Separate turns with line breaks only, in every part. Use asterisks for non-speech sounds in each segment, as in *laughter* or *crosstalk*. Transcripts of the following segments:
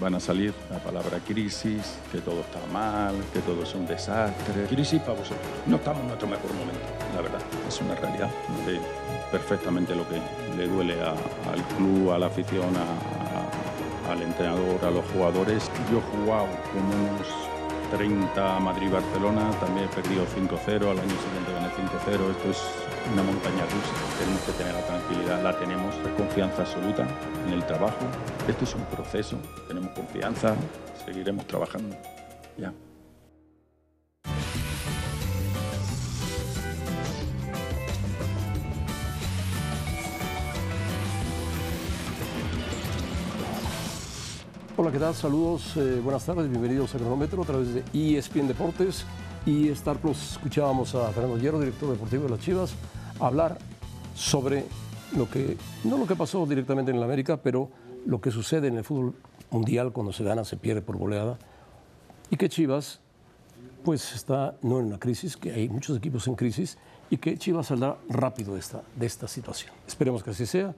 van a salir la palabra crisis, que todo está mal, que todo es un desastre. Crisis para vosotros. No estamos en nuestro mejor momento, la verdad. Es una realidad. Sé perfectamente lo que le duele a- al club, a la afición, a- a- al entrenador, a los jugadores. Yo he jugado con unos 30 a Madrid-Barcelona, también he perdido 5-0, al año siguiente gané 5-0. Esto es una montaña rusa. Tenemos que tener la tranquilidad, la tenemos, la confianza absoluta en el trabajo. Esto es un proceso, tenemos confianza, seguiremos trabajando. Ya.
Hola, ¿qué tal? Saludos, eh, buenas tardes, bienvenidos a Cronómetro a través de E ESPN Deportes y Star Plus. Escuchábamos a Fernando Hierro, director deportivo de las Chivas, hablar sobre lo que, no lo que pasó directamente en la América, pero lo que sucede en el fútbol mundial cuando se gana, se pierde por goleada y que Chivas pues está no en una crisis, que hay muchos equipos en crisis y que Chivas saldrá rápido de esta, de esta situación. Esperemos que así sea.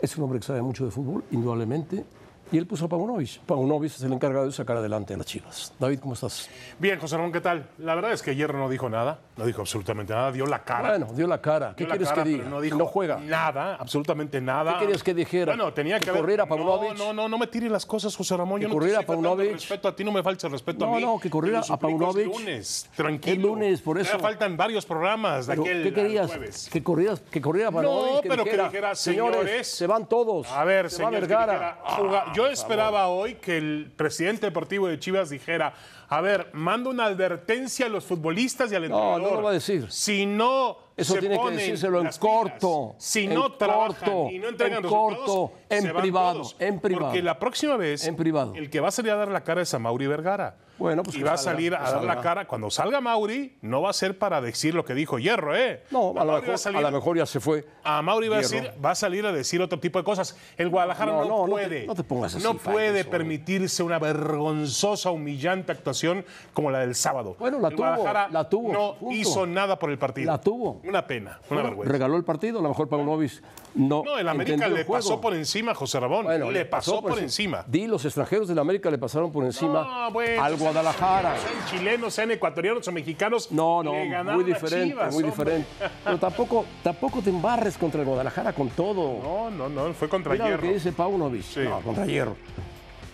Es un hombre que sabe mucho de fútbol, indudablemente. Y él puso a Paunovic. Paunovic es el encargado de sacar adelante a las chivas. David, ¿cómo estás?
Bien, José Ramón, ¿qué tal? La verdad es que Hierro no dijo nada, no dijo absolutamente nada, dio la cara.
Bueno, dio la cara. ¿Qué
Ah, Dio la
quieres
cara,
que diga?
pero No, dijo
juega.
Nada, absolutamente nada.
¿Qué querías que dijera?
Bueno, tenía
¿Que
que, haber-
corriera
No,
Paunovic?
No, no, no me tires las cosas, José Ramón.
¿Que
Yo no te
corriera
estoy faltando
Paunovic?
respeto a ti, no me falta el respeto
No,
a mí.
no, que corriera
Te lo
a
suplico,
Paunovic.
Es lunes, tranquilo.
Es lunes, por eso.
Todavía faltan varios programas de
Pero,
aquel
¿Qué
al
querías?
jueves.
Que corrieras, que corriera Paunovic.
pero que dijera, señores,
se van todos.
A ver,
se
señor
va Vergara. Ah,
Quintana, juga- Yo esperaba hoy que el presidente deportivo de Chivas dijera, a ver, mando una advertencia a los futbolistas y al
no
entrenador.
lo va a decir.
Si no
Eso
se
tiene que
ponen
decírselo en
las pilas,
corto,
si
en
no trabajan
corto,
y no entregan
en
resultados,
corto,
se
en
van
privado,
todos.
en privado.
Porque la próxima vez,
En privado.
el que va a salir a dar la cara es a Mauri Vergara.
Bueno, pues
y
que
va a
salga,
salir a
que
dar
salga.
la cara. Cuando salga Mauri, no va a ser para decir lo que dijo Hierro, ¿eh?
No, a lo,
Mauri va
mejor,
salir-
a lo mejor ya se fue.
a Mauri va a,
Hierro.
decir, va a salir a decir otro tipo de cosas. El Guadalajara
No,
no,
no, no te-
puede.
no te pongas así,
no puede
Faitelson.
permitirse una vergonzosa, humillante actuación como la del sábado.
Bueno, la
El
tuvo,
Guadalajara
la tuvo,
No
punto.
hizo nada por el partido.
La tuvo.
Una pena, una vergüenza.
Regaló el partido, a lo mejor Paunovic no.
No, el América
entendió
le
juego.
pasó por encima, José Rabón.
Bueno,
le pasó, por encima.
Di, los extranjeros de la América le pasaron por encima
No, bueno,
al
sean
Guadalajara.
Sean chilenos, sean ecuatorianos o mexicanos.
No, no,
le ganaron
muy
a
diferente,
Chivas,
muy
hombre.
diferente. Pero tampoco, tampoco te embarres contra el Guadalajara con todo.
No, no, no, fue contra
Mira lo
Hierro.
que dice Paunovic. No, contra Hierro.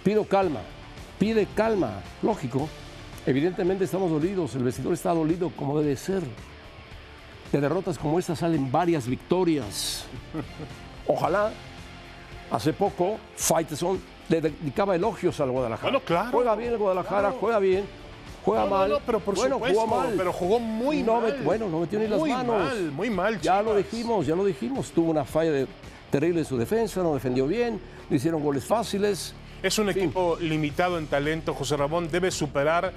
Pido calma. Pide calma. Lógico. Evidentemente estamos dolidos. El vestidor está dolido como debe ser. De derrotas como esta salen varias
*laughs*
victorias. Ojalá. Hace poco, Faiteson le dedicaba elogios al Guadalajara.
Bueno, claro.
Juega bien el Guadalajara, juega bien. Juega
No, no,
mal.
no, pero por
bueno,
supuesto,
jugó mal.
pero jugó muy
No
mal.
met- bueno, no metió ni las
Muy
manos.
mal, muy mal,
Ya lo
Chivas.
dijimos, ya lo dijimos. Tuvo una falla de- terrible en su defensa, no defendió bien, le hicieron goles fáciles.
Es un equipo limitado en talento, José Ramón. Debe superar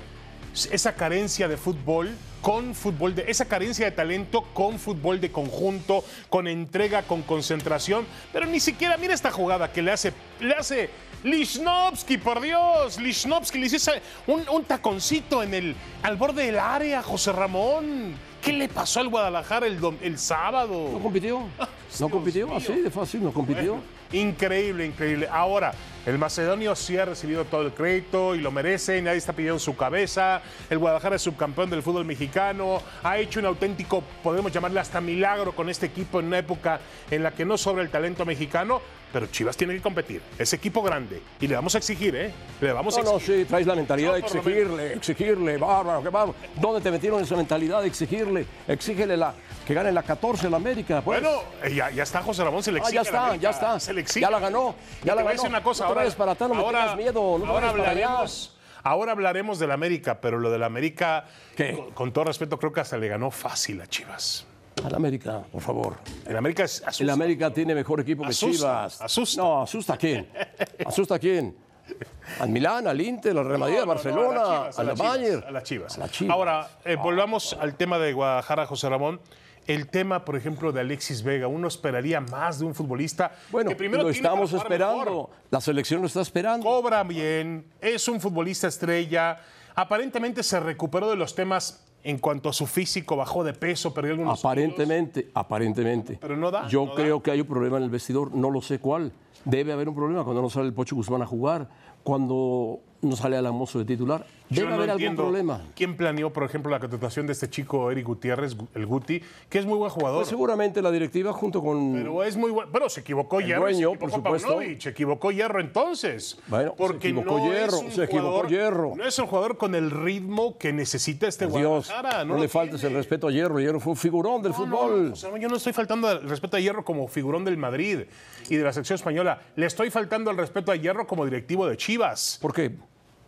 esa carencia de fútbol con fútbol de esa carencia de talento con fútbol de conjunto, con entrega, con concentración, pero ni siquiera mira esta jugada que le hace le hace Lichnowsky, por Dios, Lichnowsky le hiciste un, un taconcito en el al borde del área, José Ramón. ¿Qué le pasó al Guadalajara el, dom- el sábado?
No
*laughs*
compitió. No
Dios
compitió,
mío.
así de fácil, no compitió.
Bueno, increíble, increíble. Ahora, el macedonio sí ha recibido todo el crédito y lo merece, y nadie está pidiendo su cabeza. El Guadalajara es subcampeón del fútbol mexicano, ha hecho un auténtico, podemos llamarle hasta milagro con este equipo en una época en la que no sobra el talento mexicano, pero Chivas tiene que competir. Es equipo grande y le vamos a exigir, ¿eh? Le vamos a
No, no,
exigir.
sí, traes la mentalidad de
Yo, por lo
exigirle, exigirle, bárbaro, qué bárbaro. ¿Dónde te metieron esa mentalidad de exigirle? Exígele la, que gane la 14 en América. pues.
Bueno, eh, ya, ya está José Ramón, se le
Ah,
exige.
ya
a la
está,
América,
ya está.
Se le exige.
Ya la ganó,
Y
ya la
Te voy a decir
ganó.
una cosa,
No te
ahora.
vayas para atrás, no me
ahora,
tengas miedo, no te
ahora
vayas para allá.
hablaremos. Ahora hablaremos del América, pero lo del América,
¿Qué?
con, con todo respeto, creo que hasta le ganó fácil a Chivas.
Al América, por favor.
El América es asusta.
El América tiene mejor equipo que
Asusta,
Chivas.
asusta.
No, asusta a quién. ¿Asusta a quién? Al Milán, al Inter, al Real Madrid,
No,
al
no, no,
Barcelona,
a las Chivas, a
al
las
Bayern.
Chivas, a las Chivas.
A las Chivas.
Ahora, eh, volvamos al tema de Guadalajara, José Ramón. El tema, por ejemplo, de Alexis Vega. Uno esperaría más de un futbolista
bueno,
que primero
lo
tiene para
estamos
jugar
esperando.
mejor.
La selección lo está esperando.
Cobra bien, es un futbolista estrella. Aparentemente se recuperó de los temas en cuanto a su físico, bajó de peso, perdió algunos
Aparentemente, aparentemente.
Pero no da,
Yo
no da.
creo que hay un problema en el vestidor, no lo sé cuál. Debe haber un problema cuando no sale el Pocho Guzmán a jugar, cuando no sale al Alamoso de titular.
Yo
Debe
no
haber algún
entiendo
problema.
¿Quién planeó, por ejemplo, la contratación de este chico Eric Gutiérrez, Gu- el Guti, que es muy buen jugador?
Pues seguramente la directiva junto con...
Pero es muy bueno. Pero se equivocó
El
Hierro.
dueño,
se equivocó
por supuesto.
Paunovic, Se equivocó Hierro entonces.
Bueno, se equivocó Hierro, se equivocó
jugador-
Hierro.
No es un jugador con el ritmo que necesita este
Dios,
Guadalajara.
no,
lo
le faltes el
tiene.
respeto a Hierro. Hierro fue un figurón del
No, no,
fútbol.
o sea, yo no estoy faltando al respeto a Hierro como figurón del Madrid y de la sección española. Le estoy faltando al respeto a Hierro como directivo de Chivas.
¿Por qué?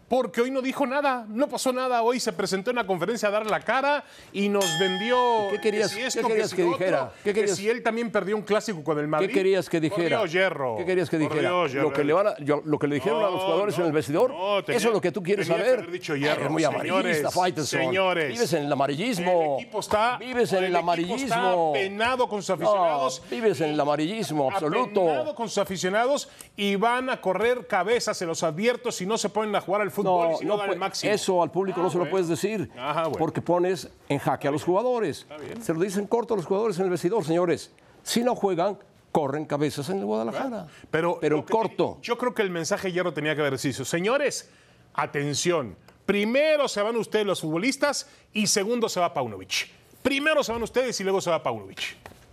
Porque hoy no dijo nada, no pasó nada. Hoy se presentó en la conferencia a dar la cara y nos vendió.
¿Y qué querías-
que si esto,
qué querías
si
que
lo otro,
dijera? ¿Qué
que
querías-
si él también perdió un clásico con el
¿Qué
Madrid.
querías que dijera?
Por Dios, hierro.
¿Qué querías que
Por
dijera?
Dios, Hierro.
Lo que le, van a- yo- lo que le dijeron a los
No,
jugadores
no,
en el vestidor,
no, tenía-
eso es lo que tú quieres
tenía que
saber.
haber dicho Hierro,
Eres muy amarillista,
señores,
Faitelson.
señores.
Vives en el
El
amarillismo.
equipo está.
Vives en el,
equipo
amarillismo.
Está penado con sus
No,
aficionados.
vives en el amarillismo
apenado
absoluto.
con sus aficionados y van a correr cabezas, se los advierto, si no se ponen a jugar al fútbol y si no, dan
puede-
el máximo. Ah,
Eso al público no se lo
bueno.
puedes decir,
Ajá, bueno.
porque pones en jaque a los jugadores. Se lo dicen corto a los jugadores en el vestidor, señores. Si no juegan, corren cabezas en el Guadalajara.
Pero,
pero
lo
en
que-
corto.
Yo creo que el mensaje hierro tenía que haber sido, señores, atención, primero se van ustedes los futbolistas y segundo se va Paunovic. Primero se van ustedes y luego se va Paunovic.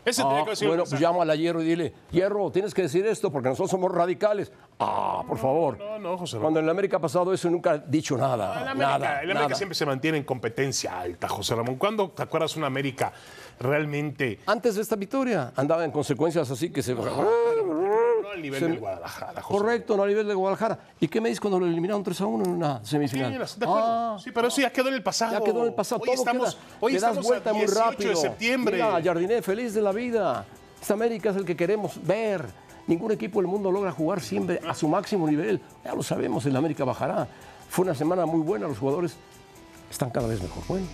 Ese
Ah,
tenía que haber sido el
bueno, pues
mensaje.
llámala a Hierro y dile, Hierro, tienes que decir esto porque nosotros somos radicales. Ah, por favor.
no, no, José Ramón.
Cuando en la América ha pasado eso, nunca ha dicho nada.
El América,
nada,
el América
nada.
siempre se mantiene en competencia alta, José Ramón. ¿Cuándo te acuerdas una América realmente
Antes de esta victoria andaba en consecuencias así
Ah,
que se...
no al nivel del Guadalajara, José
Correcto, no a nivel de Guadalajara. ¿Y qué me dices cuando lo eliminaron 3 a 1 en una
Sí,
semifinal?
de acuerdo.
Ah,
sí, pero eso ya quedó en el pasado.
ya quedó en el pasado.
Hoy
Todo
estamos,
queda.
hoy
Le das
estamos a
vuelta muy
18
rápido.
de septiembre.
Mira, Jardiné, feliz de la vida. Esta América es el que queremos ver. Ningún equipo del mundo logra jugar siempre a su máximo nivel. Ya lo sabemos, el América bajará. Fue una semana muy buena, los jugadores están cada vez mejor. Bueno,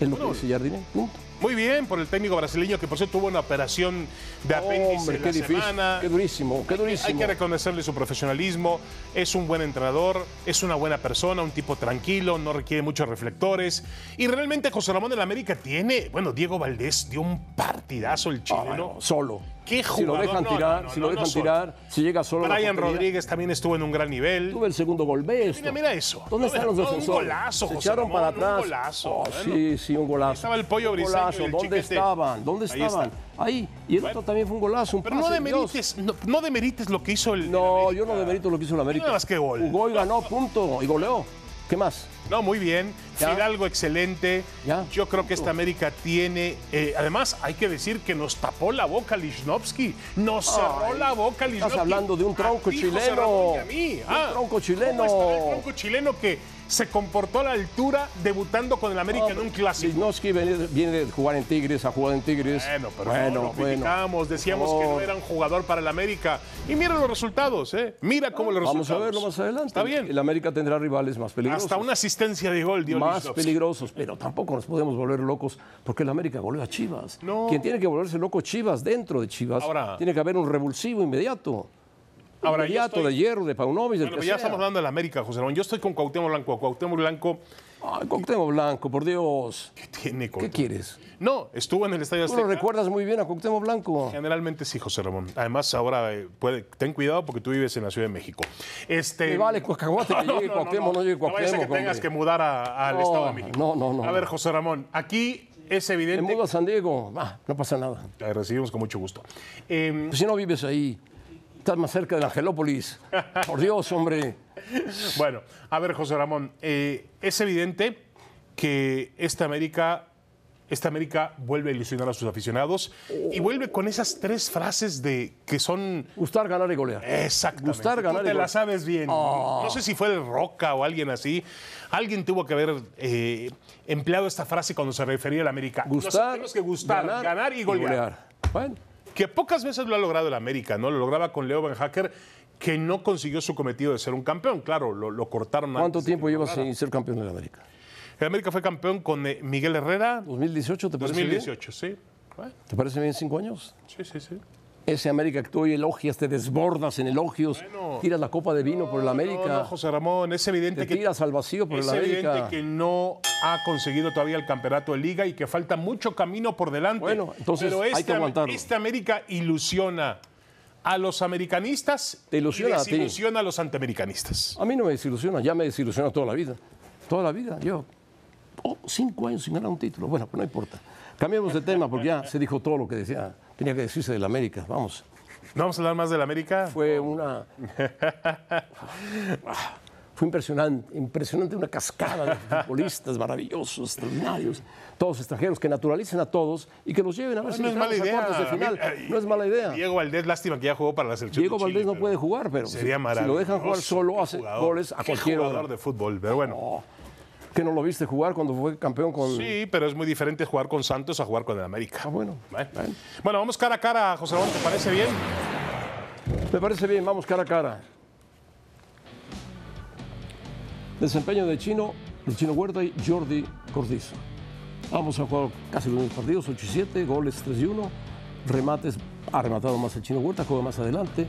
es lo que dice Jardiné. punto.
Muy bien por el técnico brasileño que por cierto tuvo una operación de apéndice
Hombre,
en
qué
la
difícil,
semana.
qué durísimo, qué durísimo.
Hay que reconocerle su profesionalismo, es un buen entrenador, es una buena persona, un tipo tranquilo, no requiere muchos reflectores. Y realmente José Ramón de la América tiene, bueno, Diego Valdés dio un partidazo el
Ah,
chileno.
bueno, solo.
Qué
si lo
jugador.
dejan
No,
tirar,
no, no,
si lo
no, no
dejan
solo.
tirar, si llega solo. a la
Brian
portería.
Rodríguez también estuvo en un gran nivel.
Tuve el segundo gol, ¿ves?
Mira, mira eso.
¿Dónde
No,
están
no,
los
un
defensores?
golazo,
Se
José
echaron
Ramón,
para
un
atrás.
golazo,
Oh,
bueno.
Sí, sí, un golazo.
estaba el pollo
Un
Briseño y
golazo.
el
¿Dónde
Chiquete.
estaban? ¿Dónde
Ahí
estaban? Ahí. Y el otro también fue un golazo, un
Pero
pase,
no
Dios.
demerites, no, no demerites lo que hizo el.
No,
el
yo no
América.
demerito lo que hizo el América.
Nada más que gol.
Jugó y ganó, punto. Y goleó. ¿Qué más?
No, muy bien.
Ya.
Fidalgo, excelente.
Ya.
Yo creo que esta América tiene. eh, además, hay que decir que nos tapó la boca Lichnowsky. Nos cerró la boca Lichnowsky.
hablando de un tronco
A ti, José
chileno.
Ramón, y a mí. ah.
Un tronco chileno.
¿cómo estará el tronco chileno que se comportó a la altura debutando con el América en un clásico.
Lichnowsky viene, viene de jugar en Tigres, ha jugado en Tigres.
Bueno, pero
bueno,
no, lo criticamos, decíamos que no
No.
era un jugador para el América. Y mira los resultados, ¿eh? Mira cómo los
Vamos a
resultados.
verlo más adelante.
Está bien.
El América tendrá rivales más peligrosos.
Hasta una asistencia de gol dio
más
Lichnowsky.
peligrosos, pero tampoco nos podemos volver locos porque el América volvió a Chivas.
No.
Quien tiene que volverse loco es Chivas dentro de Chivas.
Ahora-
tiene que haber un revulsivo inmediato.
Ahora, yo
inmediato
estoy-
de Hierro, de Paunovic, del
Bueno,
que
pero ya
sea.
estamos hablando de la América, José Ramón. Yo estoy con Cuauhtémoc Blanco. Cuauhtémoc Blanco,
Ay, Cuauhtémoc Blanco, por Dios.
¿qué tiene
¿Qué
Cuauhtémoc? Este
quieres?
No, estuvo en el Estadio
Tú lo
Azteca.
recuerdas muy bien a Cuauhtémoc Blanco.
Generalmente sí, José Ramón. Además, ahora eh, puede- ten cuidado porque tú vives en la Ciudad de México. Este,
Me vale
*laughs*
cacahuate que llegue Cuauhtémoc, no llegue
vaya a ser que
Cuauhtémoc,
tengas
hombre.
que mudar a- al
No,
Estado de México.
no, no, no.
A ver, José Ramón, aquí es
Me
evidente.
mudo a San Diego. Ah, no pasa nada.
Te recibimos con mucho gusto. Eh,
Pues si no vives ahí, estás más cerca de la
*laughs*
Angelópolis. Por Dios, hombre.
Bueno, a ver, José Ramón, eh, es evidente que esta América esta América vuelve a ilusionar a sus aficionados y
Oh.
vuelve con esas tres frases de que son
Gustar, ganar y golear.
Exactamente.
Gustar, ganar
Tú
y Ah.
te la
golear.
sabes bien. No sé si fue el Roca o alguien así. Alguien tuvo que haber eh, empleado esta frase cuando se refería al América. Nos
Gustar,
tenemos que gustar, ganar, y golear.
Bueno,
Que pocas veces lo ha logrado el América, ¿no? Lo lograba con Leo Van Hacker, que no consiguió su cometido de ser un campeón. Claro, lo, lo cortaron
¿cuánto
antes de que
tiempo llevas
lograra.
sin ser campeón de la América?
El América fue campeón con eh, Miguel Herrera
¿2018 te parece bien?
2018, sí. Bueno,
¿Te parece bien cinco años?
sí, sí, sí.
Ese América que tú hoy elogias, te desbordas en elogios, tiras la copa de vino por el América,
No, no, José Ramón, es evidente
te
que
tiras al vacío por
Es
el
evidente
América.
que no ha conseguido todavía el campeonato de liga y que falta mucho camino por delante.
Bueno, entonces
Pero
hay que
este,
aguantarlo.
este América ilusiona a los americanistas
Te ilusiona
y
a ti.
desilusiona a, los antiamericanistas.
A mí no me desilusiona, ya me desilusiona toda la vida. Toda la vida, yo. oh, cinco años sin ganar un título. Bueno, pues no importa. Cambiemos de tema porque ya se dijo todo lo que decía. Tenía que decirse del América, vamos.
¿No vamos a hablar más del América?
Fue una. Fue impresionante, impresionante una cascada de futbolistas maravillosos, extraordinarios, todos extranjeros que naturalicen a todos y que los lleven a ver si
no es
llegamos
mala
a
idea.
cuartos de final.
A mí, eh,
No es mala idea.
Diego Valdés, lástima que ya jugó para la selección.
Diego
de Chile,
Valdés no
pero
puede jugar, pero si-
Sería
si
maravilloso.
lo dejan jugar solo,
Qué
hace
jugador,
goles a
qué
cualquier
jugador
hora.
de fútbol, pero bueno.
Que no lo viste jugar cuando fue campeón con.
Sí, pero es muy diferente jugar con Santos a jugar con el América.
Ah, bueno.
Bueno.
Bueno.
Bueno, vamos cara a cara, José Ramón, ¿te parece bien?
Me parece bien, vamos cara a cara. Desempeño de Chino, el Chino Huerta y Jordi Cordizo. Ambos han jugado casi los mismos partidos, 8 y 7, goles 3 y 1, remates, ha rematado más el Chino Huerta, juega más adelante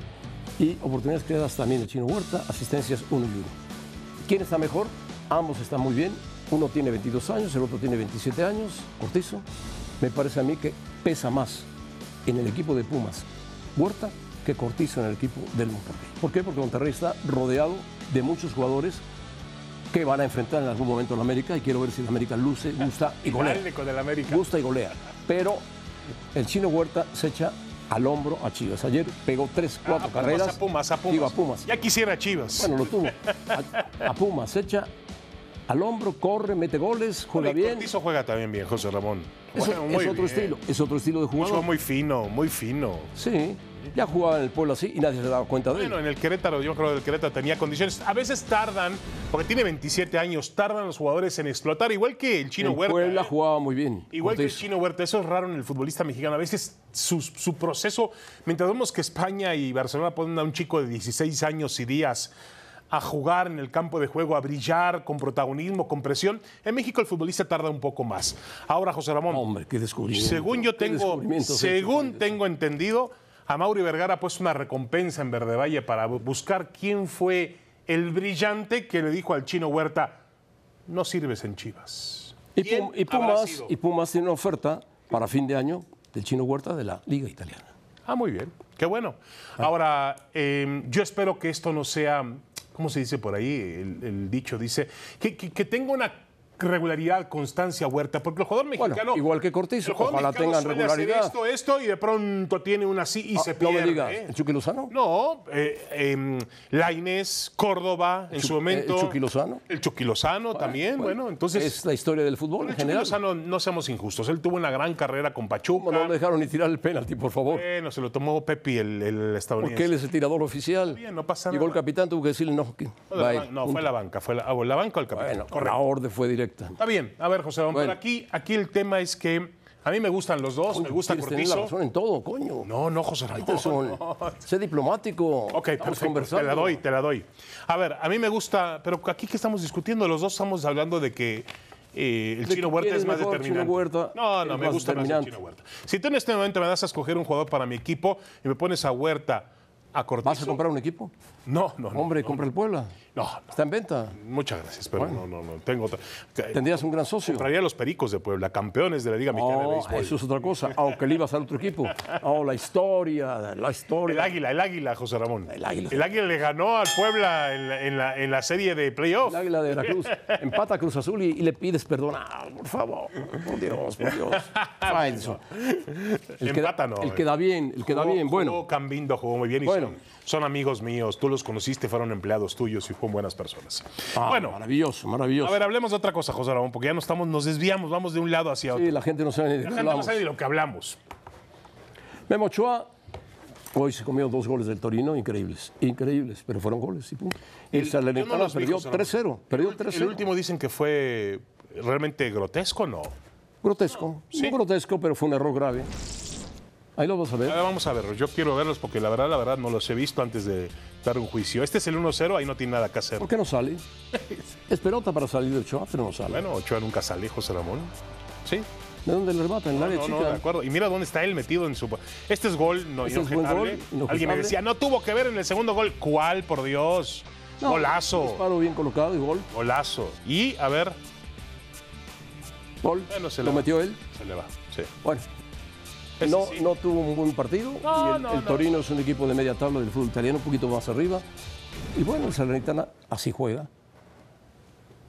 y oportunidades creadas también el Chino Huerta, asistencias 1 y 1. ¿Quién está mejor? Ambos están muy bien, uno tiene 22 años, el otro tiene 27 años, Cortizo. Me parece a mí que pesa más en el equipo de Pumas Huerta que Cortizo en el equipo del Monterrey. ¿Por qué? Porque Monterrey está rodeado de muchos jugadores que van a enfrentar en algún momento a la América y quiero ver si la América luce, gusta y golea.
Dale con el América.
Gusta y golea. Pero el chino Huerta se echa al hombro a Chivas. Ayer pegó 3, 4 carreras.
Ah, A Pumas, a Pumas.
Digo, a Pumas.
Ya quisiera Chivas.
Bueno, lo tuvo. A, a Pumas, se echa al hombro, corre, mete goles, juega
Oye,
bien.
Cortizo juega también bien, José Ramón.
Es,
Juega
es
muy
otro
bien.
estilo, es otro estilo de
Juega
jugador.
muy fino, muy fino.
Sí, ya jugaba en el pueblo así y nadie se daba cuenta de él.
Bueno, en el Querétaro, yo creo que el Querétaro tenía condiciones. A veces tardan, porque tiene 27 años, tardan los jugadores en explotar, igual que el Chino
en
Huerta.
Puebla
¿eh?
jugaba muy bien.
Igual que el
Cortés.
Chino Huerta, eso es raro en el futbolista mexicano. A veces su, su proceso, mientras vemos que España y Barcelona ponen a un chico de 16 años y días a jugar en el campo de juego, a brillar con protagonismo, con presión, en México el futbolista tarda un poco más. Ahora, José Ramón,
Hombre, qué descubrimiento.
según yo
qué
tengo,
descubrimiento, sí,
según
sí,
tengo entendido, a Mauri Vergara ha puesto una recompensa en Verde Valle para bu- buscar quién fue el brillante que le dijo al Chino Huerta, no sirves en Chivas.
sí. Y,
¿Quién
Pum- y
habrá
Pumas,
sido?
y Pumas tiene una oferta para fin de año del chino Huerta de la Liga Italiana.
Ah, muy bien. Qué bueno.
Ah.
Ahora, eh, yo espero que esto no sea, ¿cómo se dice por ahí? El, el dicho dice, que, que- que tenga una regularidad, constancia, huerta, porque el jugador
Bueno,
mexicano...
igual que Cortizo,
el jugador
ojalá
mexicano
tengan
suele hacer
regularidad.
esto, esto, y de pronto tiene una así y
Ah,
se
no
pierde.
me digas,
¿eh?
¿el Chucky Lozano?
No, eh, em, Lainez, Córdoba, en
Chu-
su momento.
eh, ¿el Chucky Lozano?
El Chucky Lozano también, bueno, entonces...
Es la historia del fútbol en
el Chucky
general.
Lozano, no seamos injustos, él tuvo una gran carrera con
¿Cómo
Pachuca.
no le dejaron ni tirar el penalti, por favor?
Bueno, se lo tomó Pepi, el, el estadounidense.
Porque él es el tirador oficial.
bien, no pasa
Llegó el
nada.
capitán, tuvo que decirle no. que
No, de la
va a ir.
ban- no, fue la banca, fue la, ah, la banca o el capitán.
Bueno,
Correcto.
la orden fue directa.
Está bien, a ver, José Ramón,
Bueno.
pero aquí, aquí el tema es que a mí me gustan los dos, me gusta
Quieres tener la
Cortizo.
razón en todo, coño.
No, no, José Ramón.
Este son-
*laughs* no.
Sé diplomático.
Ok,
estamos
perfecto, te la
conversando.
doy, te la doy. A ver, a mí me gusta, pero aquí que estamos discutiendo, los dos estamos hablando de que eh, el
De
Chino
que
Huerta
quién
es
es
más
mejor, Chino
determinante.
Huerta
no, no,
es
me
más
gusta más el
determinante.
Chino Huerta. Si tú en este momento me das a escoger un jugador para mi equipo y me pones a Huerta, a Cortizo...
¿Vas a comprar un equipo?
No, no, no.
Hombre, compra el Puebla.
No, no.
Está en venta.
Muchas gracias, pero no, no, no. Tengo otra.
Tendrías un gran socio.
Compraría a los Pericos de Puebla, campeones de la Liga Mexicana de
Oh,
Béisbol.
eso es otra cosa. Aunque le ibas al otro equipo. Oh, la historia, la
El
historia.
Águila, el Águila, José Ramón.
El Águila.
El Águila le ganó al Puebla en la, en la- en la serie de playoff.
El águila de Veracruz. Empata a Cruz Azul y, y le pides perdón. Ah, por favor. Por Dios, por
*laughs*
Dios. Falso. El que, da,
Empata, no,
el
eh.
que da bien, el que da bien. Bueno,
Jugó Cambindo jugó muy bien y
Bueno.
son, son amigos míos. Tú los conociste, fueron empleados tuyos y con buenas personas.
Ah,
bueno,
Maravilloso, maravilloso.
a ver, hablemos de otra cosa, José Ramón, porque ya nos, estamos, nos desviamos, vamos de un lado hacia otro.
Sí, la gente no sabe ni de
La
qué
gente no
hablamos.
sabe de lo que hablamos.
Memo Ochoa, hoy se comió dos goles del Torino, increíbles, increíbles, pero fueron goles y punto. Y
El-
el Salernitana
yo no los vi,
perdió
José Ramón.
3-0, perdió ¿eh? 3-0.
El último dicen que fue realmente grotesco, ¿no?
Grotesco,
Sí.
no grotesco, pero fue un error grave. Ahí lo vas a ver.
Ahora vamos a verlos, yo quiero verlos porque la verdad, la verdad no los he visto antes de dar un juicio. Este es el 1-0, ahí no tiene nada que hacer.
¿Por qué no sale? Es pelota para salir de Ochoa, pero no sale.
Bueno, Ochoa nunca sale, José Ramón. Sí,
¿De dónde le remata? En el área
no, no,
chica.
de acuerdo. Y mira dónde está él metido en su... Este es gol no
Este es buen
inobjetable.
gol, inobjetable.
Alguien me decía, no tuvo que ver en el segundo gol. ¿Cuál, por Dios?
No, un
golazo,
Disparo bien colocado y gol.
golazo. Y, a ver,
Gol.
Bueno, se
lo
la-
metió él.
se le va. Sí.
Bueno.
Ese
No,
sí.
no tuvo un buen partido.
No,
y el,
no,
el
no.
Torino es un equipo de media tabla del fútbol italiano, un poquito más arriba. Y bueno, el Salernitana así juega.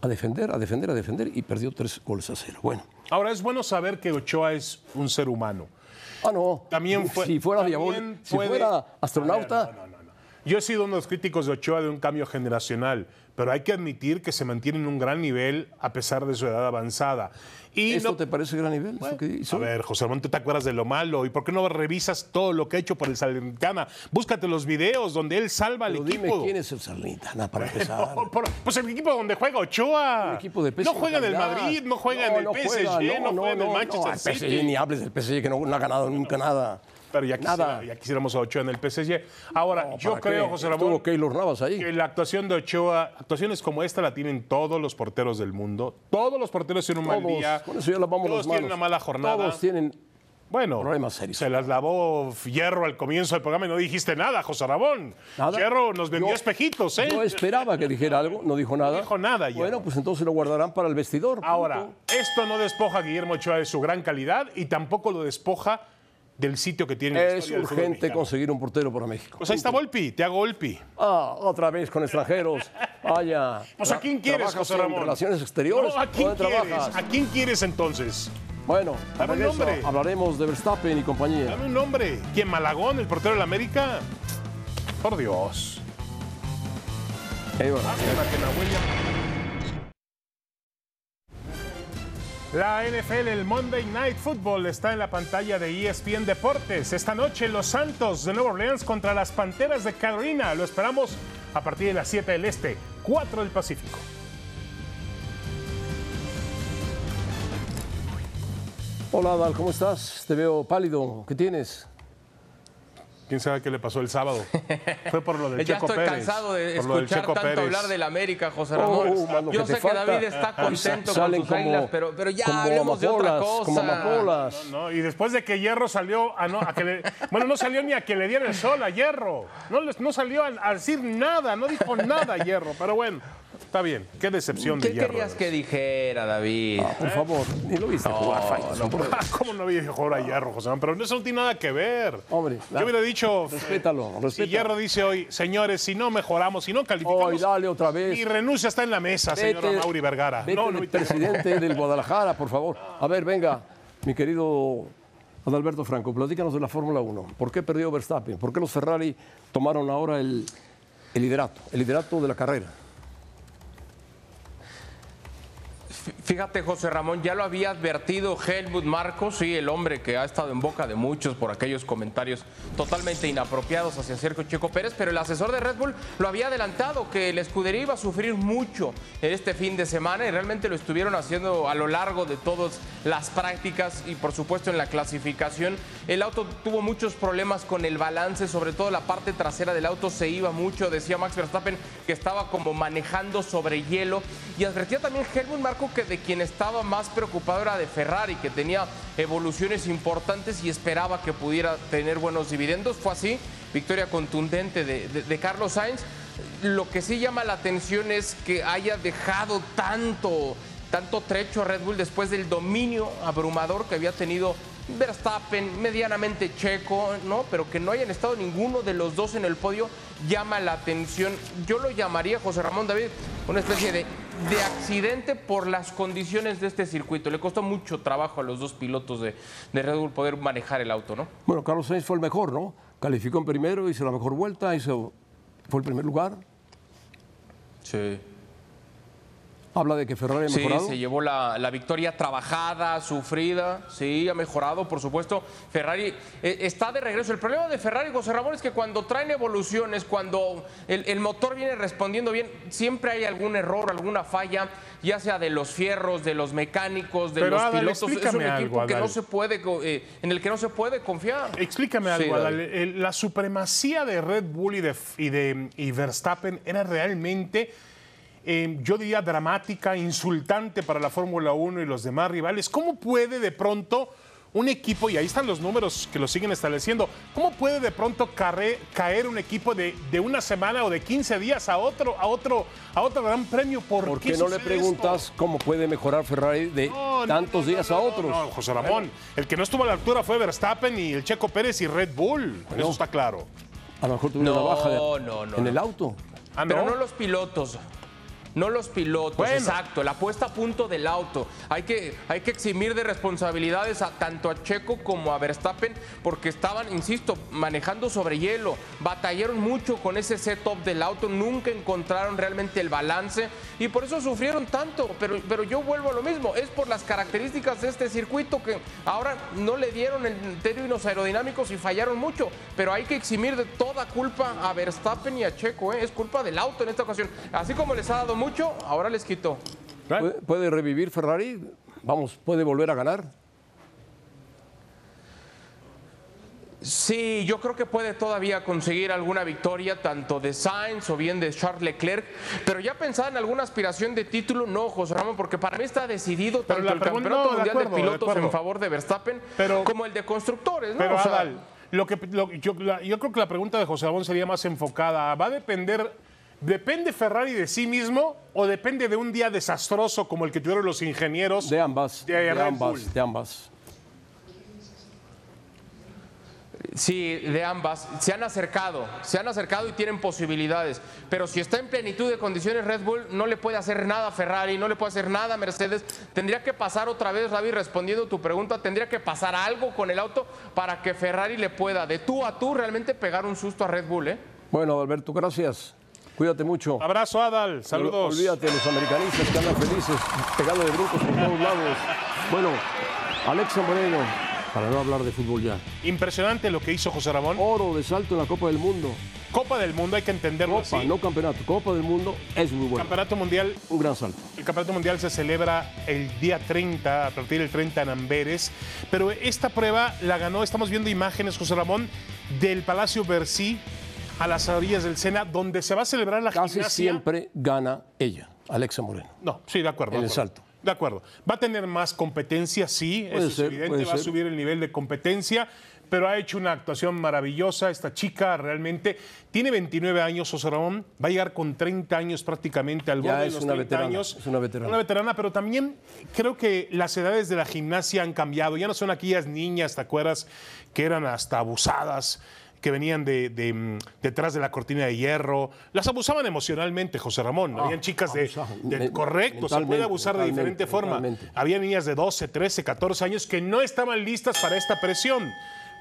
A defender, a defender, a defender. Y perdió tres goles a cero. Bueno.
Ahora, es bueno saber que Ochoa es un ser humano.
Ah, no.
También fue.
Si fuera
también
diabólico, si
puede-
fuera astronauta.
A ver, no, no, no, no. Yo he sido uno de los críticos de Ochoa de un cambio generacional, pero hay que admitir que se mantiene en un gran nivel a pesar de su edad avanzada. Y
¿Esto
no-
te parece gran nivel? ¿Esto que hizo?
A ver, José Ramón, ¿tú te acuerdas de lo malo? ¿Y por qué no revisas todo lo que ha hecho por el Salernitana? Búscate los videos donde él salva al
Pero
equipo.
dime quién es el Salernitana para empezar.
No, por- pues el equipo donde juega Ochoa.
Un equipo de
Ah, no
pésima
juega en el
calidad.
Madrid, no juega en el
no
PSG,
juega,
no, juega en el Manchester
al
City.
PSG, ni hables del PSG que no, no ha ganado nunca nada.
Pero ya, quisiera-
nada.
ya quisiéramos a Ochoa en el PSG. Ahora,
No,
yo
¿para qué?
creo, José Ramón,
Estuvo Keylor Navas ahí.
que la actuación de Ochoa, actuaciones como esta la tienen todos los porteros del mundo. Todos los porteros tienen un mal
Todos,
día.
con eso ya las vamos
todos
las
tienen
manos.
una mala jornada.
Todos tienen.
Bueno,
Problemas serios.
se las lavó Hierro al comienzo del programa y no dijiste nada, José Ramón.
Nada.
Hierro nos vendió
Yo-
espejitos, ¿eh?
Yo esperaba que dijera algo, no dijo nada.
dijo nada, ya.
Bueno, pues entonces lo guardarán para el vestidor.
Ahora,
punto.
esto no despoja a Guillermo Ochoa de su gran calidad y tampoco lo despoja del sitio que tiene. en la
es
historia del fútbol
urgente
mexicano.
conseguir un portero para México.
Pues ahí está Volpi, te hago Volpi.
Ah, otra vez con
*laughs*
extranjeros. Vaya.
Pues a quién quieres,
¿Trabajas
José
en
Ramón.
Relaciones exteriores.
No, ¿a quién
¿Dónde
quieres?
trabajas?
¿A quién quieres entonces?
Bueno,
Dame un
al regreso
nombre.
hablaremos de Verstappen y compañía.
Dame un nombre. ¿Quién? ¿Malagón, el portero del América? Por Dios.
Eh, bueno.
Lástima que Nahuel ya- La NFL, el Monday Night Football, está en la pantalla de E ESPN Deportes. Esta noche los Santos de Nueva Orleans contra las Panteras de Carolina. Lo esperamos a partir de las 7 del Este, 4 del Pacífico.
Hola, Dal, ¿cómo estás? Te veo pálido. ¿Qué tienes?
¿Quién sabe qué le pasó el *laughs* sábado? Fue por lo del
Ya
Checo
estoy
Pérez.
cansado de
por lo del
escuchar
Checo
tanto
Pérez.
hablar del América, José
Oh,
Ramón.
mano,
Yo
que te
sé que
falta.
David está contento con
Salen
sus
como-
águilas, pero, pero ya
como
hablemos de otra
amapolas,
cosa.
como amapolas.
No, y después de que Hierro salió a no, a que le- bueno, no salió ni a que le diera el sol a Hierro. No, les- no salió a, a decir nada, no dijo nada Hierro, pero bueno, está bien. Qué decepción
¿Qué
de Hierro.
querías que dijera, David?
Por favor, ni lo viste jugar, Faitelson, por *laughs* favor.
¿Cómo no había mejor a Hierro, José Ramón? Pero eso no tiene nada que ver.
Hombre,
yo
la-
hubiera dicho.
respétalo,
Si
respétalo.
Hierro dice hoy, señores, si no mejoramos, si no calificamos.
Hoy, dale otra vez.
Y renuncia está en la mesa, señora
Vete-
Mauri Vergara.
vete
No,
de
no, y-
presidente
*laughs*
del Guadalajara, por favor. A ver, venga, mi querido Adalberto Franco, platícanos de la Fórmula 1. ¿Por qué perdió Verstappen? ¿Por qué los Ferrari tomaron ahora el, el liderato, el liderato de la carrera?
Fíjate, José Ramón, ya lo había advertido Helmut Marcos, sí, el hombre que ha estado en boca de muchos por aquellos comentarios totalmente inapropiados hacia Sergio Checo Pérez, pero el asesor de Red Bull lo había adelantado, que la escudería iba a sufrir mucho en este fin de semana y realmente lo estuvieron haciendo a lo largo de todas las prácticas y por supuesto en la clasificación. El auto tuvo muchos problemas con el balance, sobre todo la parte trasera del auto se iba mucho, decía Max Verstappen que estaba como manejando sobre hielo y advertía también Helmut Marco que de quien estaba más preocupado era de Ferrari, que tenía evoluciones importantes y esperaba que pudiera tener buenos dividendos. Fue así, victoria contundente de, de- de Carlos Sainz. Lo que sí llama la atención es que haya dejado tanto, tanto trecho a Red Bull después del dominio abrumador que había tenido Verstappen, medianamente checo, ¿no? Pero que no hayan estado ninguno de los dos en el podio llama la atención. Yo lo llamaría, José Ramón David, una especie de, de accidente por las condiciones de este circuito. Le costó mucho trabajo a los dos pilotos de, de Red Bull poder manejar el auto, ¿no?
Bueno, Carlos Sainz fue el mejor, ¿no? Calificó en primero, hizo la mejor vuelta, hizo, fue el primer lugar.
Sí.
Habla de que Ferrari ha
Sí,
mejorado.
se llevó la, la victoria trabajada, sufrida, sí, ha mejorado, por supuesto. Ferrari eh, está de regreso. El problema de Ferrari, José Ramón, es que cuando traen evoluciones, cuando el, el motor viene respondiendo bien, siempre hay algún error, alguna falla, ya sea de los fierros, de los mecánicos, de
Pero,
los
Adal,
pilotos. Es un
explícame
equipo
algo,
que no
Adal.
se puede, co- eh, en el que no se puede confiar.
Explícame
Sí,
algo,
Adal.
Adal. El- La supremacía de Red Bull y de, y de- y Verstappen era realmente, eh, yo diría, dramática, insultante para la Fórmula 1 y los demás rivales. ¿Cómo puede de pronto un equipo, y ahí están los números que lo siguen estableciendo, cómo puede de pronto carre- caer un equipo de, de una semana o de 15 días a otro, a otro, a otro gran premio? ¿Por,
¿Por
qué
qué no le
sucede
preguntas
esto?
cómo puede mejorar Ferrari de
No, no,
tantos
no, no,
días
no,
a
no,
otros?
No, José Ramón, el que no estuvo a la altura fue Verstappen y el Checo Pérez y Red Bull. Eso está claro.
A lo mejor tuvieron
No,
una baja de-
no, no,
en el
no.
auto.
Ah,
Pero
¿no?
no los pilotos. No los pilotos,
Bueno.
exacto. La puesta a punto del auto. Hay que, hay que eximir de responsabilidades a tanto a Checo como a Verstappen porque estaban, insisto, manejando sobre hielo. Batallaron mucho con ese setup del auto. Nunca encontraron realmente el balance y por eso sufrieron tanto. Pero, pero yo vuelvo a lo mismo. Es por las características de este circuito que ahora no le dieron en términos aerodinámicos y fallaron mucho. Pero hay que eximir de toda culpa a Verstappen y a Checo. ¿eh? Es culpa del auto en esta ocasión. Así como les ha dado mucho, ahora les quito.
¿Eh?
¿Puede, puede revivir Ferrari? Vamos, ¿puede volver a ganar?
Sí, yo creo que puede todavía conseguir alguna victoria, tanto de Sainz o bien de Charles Leclerc, pero ya pensaba en alguna aspiración de título, no, José Ramón, porque para mí está decidido
Pero
tanto
la
el
pregunta-
Campeonato
no, de
Mundial
acuerdo, de
de Pilotos
acuerdo.
en favor de Verstappen
Pero-
como el de constructores, ¿no?
Pero
O sea,
Adal, lo que, lo- yo, la- yo creo que la pregunta de José Ramón sería más enfocada. ¿Va a depender, depende Ferrari de sí mismo o depende de un día desastroso como el que tuvieron los ingenieros?
De ambas.
De
De,
Red Bull.
ambas, de ambas.
Sí, de ambas. Se han acercado, se han acercado y tienen posibilidades. Pero si está en plenitud de condiciones Red Bull, no le puede hacer nada a Ferrari, no le puede hacer nada a Mercedes. Tendría que pasar otra vez, Ravi, respondiendo tu pregunta, tendría que pasar algo con el auto para que Ferrari le pueda de tú a tú realmente pegar un susto a Red Bull, ¿eh?
Bueno, Alberto, gracias. Cuídate mucho.
Abrazo, Adal. Saludos.
Olvídate de los americanistas que andan felices, pegando de grupos por todos lados. Bueno, Alexa Moreno, para no hablar de fútbol ya.
Impresionante lo que hizo José Ramón.
Oro de salto en la Copa del Mundo.
Copa del Mundo, hay que entenderlo
Copa,
así.
no campeonato. Copa del Mundo es muy bueno.
Campeonato Mundial
Un gran salto.
El Campeonato Mundial se celebra el día 30, a partir del 30 en Amberes, pero esta prueba la ganó, estamos viendo imágenes, José Ramón, del Palacio Bercy a las orillas del Sena, donde se va a celebrar la
Casi
gimnasia.
siempre gana ella, Alexa Moreno.
No, sí, de acuerdo.
En
de
el
acuerdo.
salto.
De acuerdo. Va a tener más competencia, sí,
Puede
eso es
ser,
evidente,
puede
va a
ser.
subir el nivel de competencia, pero ha hecho una actuación maravillosa esta chica, realmente. Tiene 29 años, José Ramón, va a llegar con 30 años prácticamente al
Ya
borde de
es
los
una
30
veterana,
años.
es una veterana.
Una veterana, pero también creo que las edades de la gimnasia han cambiado. Ya no son aquellas niñas, ¿te acuerdas? Que eran hasta abusadas, que venían de, de, mm, detrás de la cortina de hierro. Las abusaban emocionalmente, José Ramón. Habían chicas de,
abusaban.
de-
Ah, Me-
correcto, se puede
mentalmente,
abusar de
mentalmente,
diferente forma.
mentalmente.
Había niñas de 12, 13, 14 años que no estaban listas para esta presión.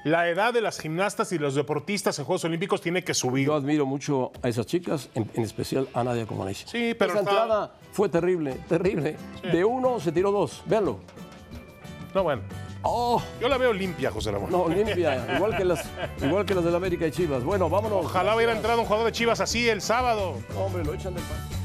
La edad de las gimnastas y los deportistas en Juegos Olímpicos tiene que subir.
Yo admiro mucho a esas chicas, en, en especial a Nadia Comaneci.
Sí, pero
Esa
está-
entrada fue terrible, terrible. De uno se tiró dos, véanlo.
No, bueno.
¡Oh!
Yo la veo limpia, José Ramón.
No, limpia, igual que las, igual que las del América y Chivas. Bueno, vámonos.
Ojalá hubiera entrado un jugador de Chivas así el sábado.
Hombre, lo echan del país.